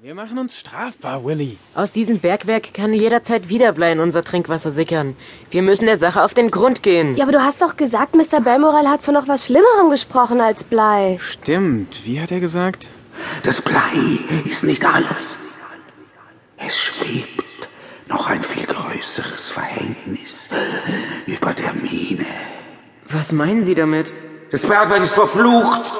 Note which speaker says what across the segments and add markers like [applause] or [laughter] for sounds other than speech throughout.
Speaker 1: Wir machen uns strafbar, Willy.
Speaker 2: Aus diesem Bergwerk kann jederzeit Wiederblei in unser Trinkwasser sickern. Wir müssen der Sache auf den Grund gehen.
Speaker 3: Ja, aber du hast doch gesagt, Mr. Belmoral hat von noch was Schlimmerem gesprochen als Blei.
Speaker 1: Stimmt. Wie hat er gesagt?
Speaker 4: Das Blei ist nicht alles. Es schwebt noch ein viel größeres Verhängnis über der Mine.
Speaker 2: Was meinen Sie damit?
Speaker 4: Das Bergwerk ist verflucht.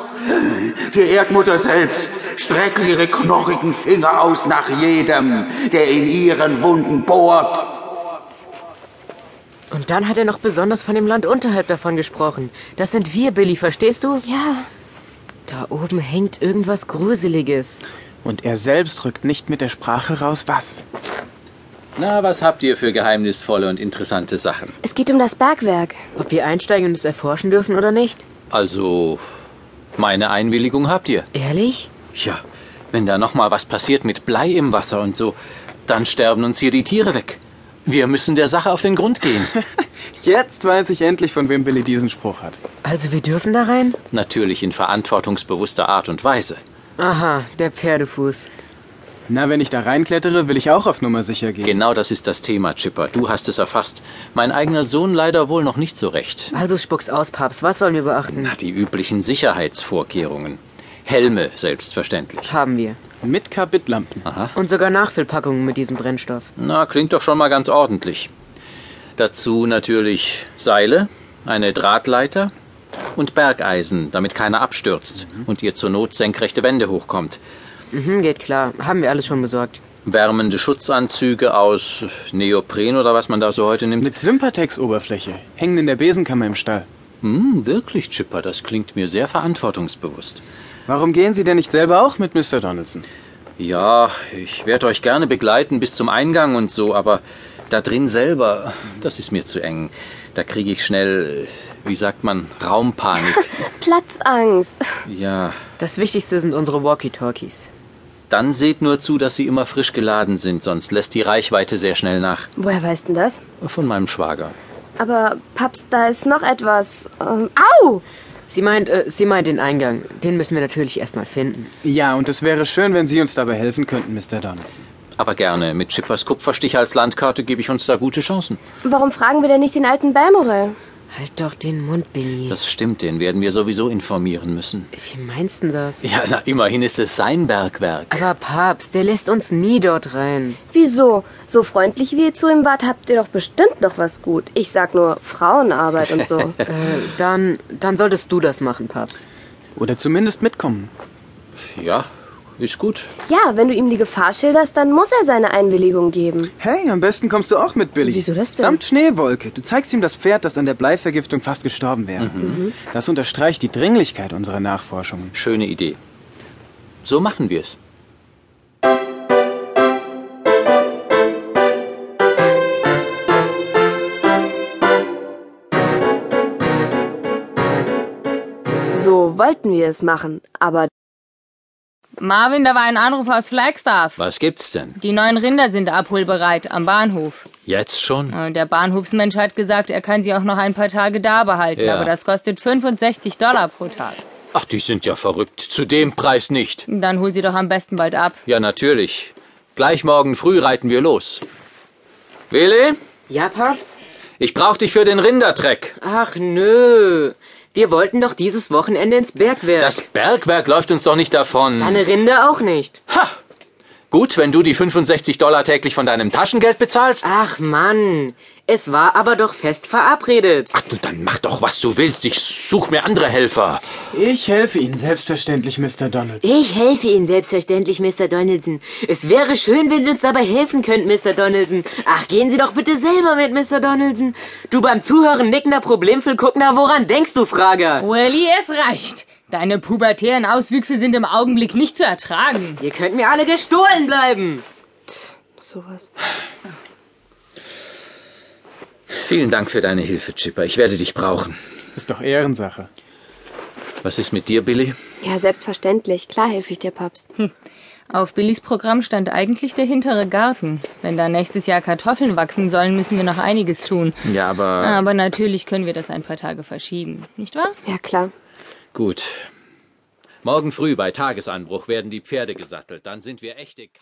Speaker 4: Die Erdmutter selbst streckt ihre knochigen Finger aus nach jedem, der in ihren Wunden bohrt.
Speaker 2: Und dann hat er noch besonders von dem Land unterhalb davon gesprochen. Das sind wir, Billy, verstehst du?
Speaker 3: Ja.
Speaker 2: Da oben hängt irgendwas Gruseliges.
Speaker 1: Und er selbst rückt nicht mit der Sprache raus, was?
Speaker 5: Na, was habt ihr für geheimnisvolle und interessante Sachen?
Speaker 3: Es geht um das Bergwerk.
Speaker 2: Ob wir einsteigen und es erforschen dürfen oder nicht?
Speaker 5: Also, meine Einwilligung habt ihr.
Speaker 2: Ehrlich?
Speaker 5: Ja, wenn da noch mal was passiert mit Blei im Wasser und so, dann sterben uns hier die Tiere weg. Wir müssen der Sache auf den Grund [laughs] gehen.
Speaker 1: Jetzt weiß ich endlich, von wem Billy diesen Spruch hat.
Speaker 2: Also wir dürfen da rein?
Speaker 5: Natürlich in verantwortungsbewusster Art und Weise.
Speaker 2: Aha, der Pferdefuß.
Speaker 1: Na, wenn ich da reinklettere, will ich auch auf Nummer sicher gehen.
Speaker 5: Genau das ist das Thema, Chipper. Du hast es erfasst. Mein eigener Sohn leider wohl noch nicht so recht.
Speaker 2: Also spuck's aus, Papst. Was sollen wir beachten?
Speaker 5: Na, die üblichen Sicherheitsvorkehrungen. Helme, selbstverständlich.
Speaker 2: Haben wir.
Speaker 1: Mit Karbidlampen.
Speaker 2: Und sogar Nachfüllpackungen mit diesem Brennstoff.
Speaker 5: Na, klingt doch schon mal ganz ordentlich. Dazu natürlich Seile, eine Drahtleiter und Bergeisen, damit keiner abstürzt und ihr zur Not senkrechte Wände hochkommt.
Speaker 2: Mhm, geht klar. Haben wir alles schon besorgt.
Speaker 5: Wärmende Schutzanzüge aus Neopren oder was man da so heute nimmt.
Speaker 1: Mit Sympatex-Oberfläche. Hängen in der Besenkammer im Stall.
Speaker 5: Hm, wirklich, Chipper, das klingt mir sehr verantwortungsbewusst.
Speaker 1: Warum gehen Sie denn nicht selber auch mit Mr. Donaldson?
Speaker 5: Ja, ich werde euch gerne begleiten bis zum Eingang und so, aber da drin selber, das ist mir zu eng. Da kriege ich schnell, äh, wie sagt man, Raumpanik. [laughs]
Speaker 3: Platzangst.
Speaker 5: ja,
Speaker 2: Das Wichtigste sind unsere Walkie-Talkies.
Speaker 5: dann seht nur zu, dass sie immer frisch geladen sind, sonst lässt die Reichweite sehr schnell nach.
Speaker 3: Woher weißt denn das?
Speaker 5: Von meinem Schwager.
Speaker 3: Aber, Paps, da ist noch etwas. Ähm, au!
Speaker 2: Sie meint, äh, sie meint den Eingang. Den müssen wir natürlich erstmal finden.
Speaker 1: Ja, und es wäre schön, wenn Sie uns dabei helfen könnten, Mr. Donaldson.
Speaker 5: Aber gerne, mit Chippers Kupferstich als Landkarte gebe ich uns da gute Chancen.
Speaker 3: Warum fragen wir denn nicht den alten Belmorel?
Speaker 2: Halt doch den Mund, Billy.
Speaker 5: Das stimmt, den werden wir sowieso informieren müssen.
Speaker 2: Wie meinst du das?
Speaker 5: Ja, na, immerhin ist es sein Bergwerk.
Speaker 2: Aber Papst, der lässt uns nie dort rein.
Speaker 3: Wieso? So freundlich wie ihr zu ihm wart, habt ihr doch bestimmt noch was gut. Ich sag nur Frauenarbeit und so.
Speaker 2: Äh, dann, dann solltest du das machen, Papst.
Speaker 1: Oder zumindest mitkommen.
Speaker 5: Ja, ist gut.
Speaker 3: ja, wenn du ihm die Gefahr schilderst, dann muss er seine Einwilligung geben.
Speaker 1: Hey, am besten kommst du auch mit, Billy.
Speaker 3: Wieso das denn?
Speaker 1: Samt Schneewolke. Du zeigst ihm das Pferd, das an der Bleivergiftung fast gestorben wäre.
Speaker 3: Mhm.
Speaker 1: Das unterstreicht die Dringlichkeit unserer Nachforschungen.
Speaker 5: Schöne Idee. So machen wir es.
Speaker 3: So wollten wir es machen, aber
Speaker 6: Marvin, da war ein Anruf aus Flagstaff.
Speaker 5: Was gibt's denn?
Speaker 6: Die neuen Rinder sind abholbereit am Bahnhof.
Speaker 5: Jetzt schon?
Speaker 6: Äh, Der Bahnhofsmensch hat gesagt, er kann sie auch noch ein paar Tage da behalten,
Speaker 5: Ja.
Speaker 6: aber das kostet 65 Dollar pro Tag.
Speaker 5: Ach, die sind ja verrückt. Zu dem Preis nicht.
Speaker 6: Dann hol sie doch am besten bald ab.
Speaker 5: Ja, natürlich. Gleich morgen früh reiten wir los. Willi,
Speaker 2: Ja, Papst?
Speaker 5: ich brauch dich für den Rindertreck.
Speaker 2: Ach nö. Wir wollten doch dieses Wochenende ins Bergwerk.
Speaker 5: Das Bergwerk läuft uns doch nicht davon.
Speaker 2: Deine Rinde auch nicht.
Speaker 5: Gut, wenn du die 65 Dollar täglich von deinem Taschengeld bezahlst.
Speaker 2: Ach Mann. Es war aber doch fest verabredet.
Speaker 5: Ach, du, dann mach doch, was du willst. Ich such mir andere Helfer.
Speaker 1: Ich helfe Ihnen selbstverständlich, Mr. Donaldson.
Speaker 2: Ich helfe Ihnen selbstverständlich, Mr. Donaldson. Es wäre schön, wenn Sie uns dabei helfen könnten, Mr. Donaldson. Ach, gehen Sie doch bitte selber mit, Mr. Donaldson. Du beim Zuhören nickender Problemfüllguckner, woran denkst du, Frager?
Speaker 6: Willy, es reicht. Deine pubertären Auswüchse sind im Augenblick nicht zu ertragen.
Speaker 2: Ihr könnt mir alle gestohlen bleiben.
Speaker 3: sowas.
Speaker 5: Vielen Dank für deine Hilfe, Chipper. Ich werde dich brauchen.
Speaker 1: Ist doch Ehrensache.
Speaker 5: Was ist mit dir, Billy?
Speaker 3: Ja, selbstverständlich. Klar helfe ich dir, Papst.
Speaker 6: Auf Billys Programm stand eigentlich der hintere Garten. Wenn da nächstes Jahr Kartoffeln wachsen sollen, müssen wir noch einiges tun.
Speaker 5: Ja, aber.
Speaker 6: Aber natürlich können wir das ein paar Tage verschieben, nicht wahr?
Speaker 3: Ja, klar.
Speaker 5: Gut. Morgen früh bei Tagesanbruch werden die Pferde gesattelt. Dann sind wir echte Ka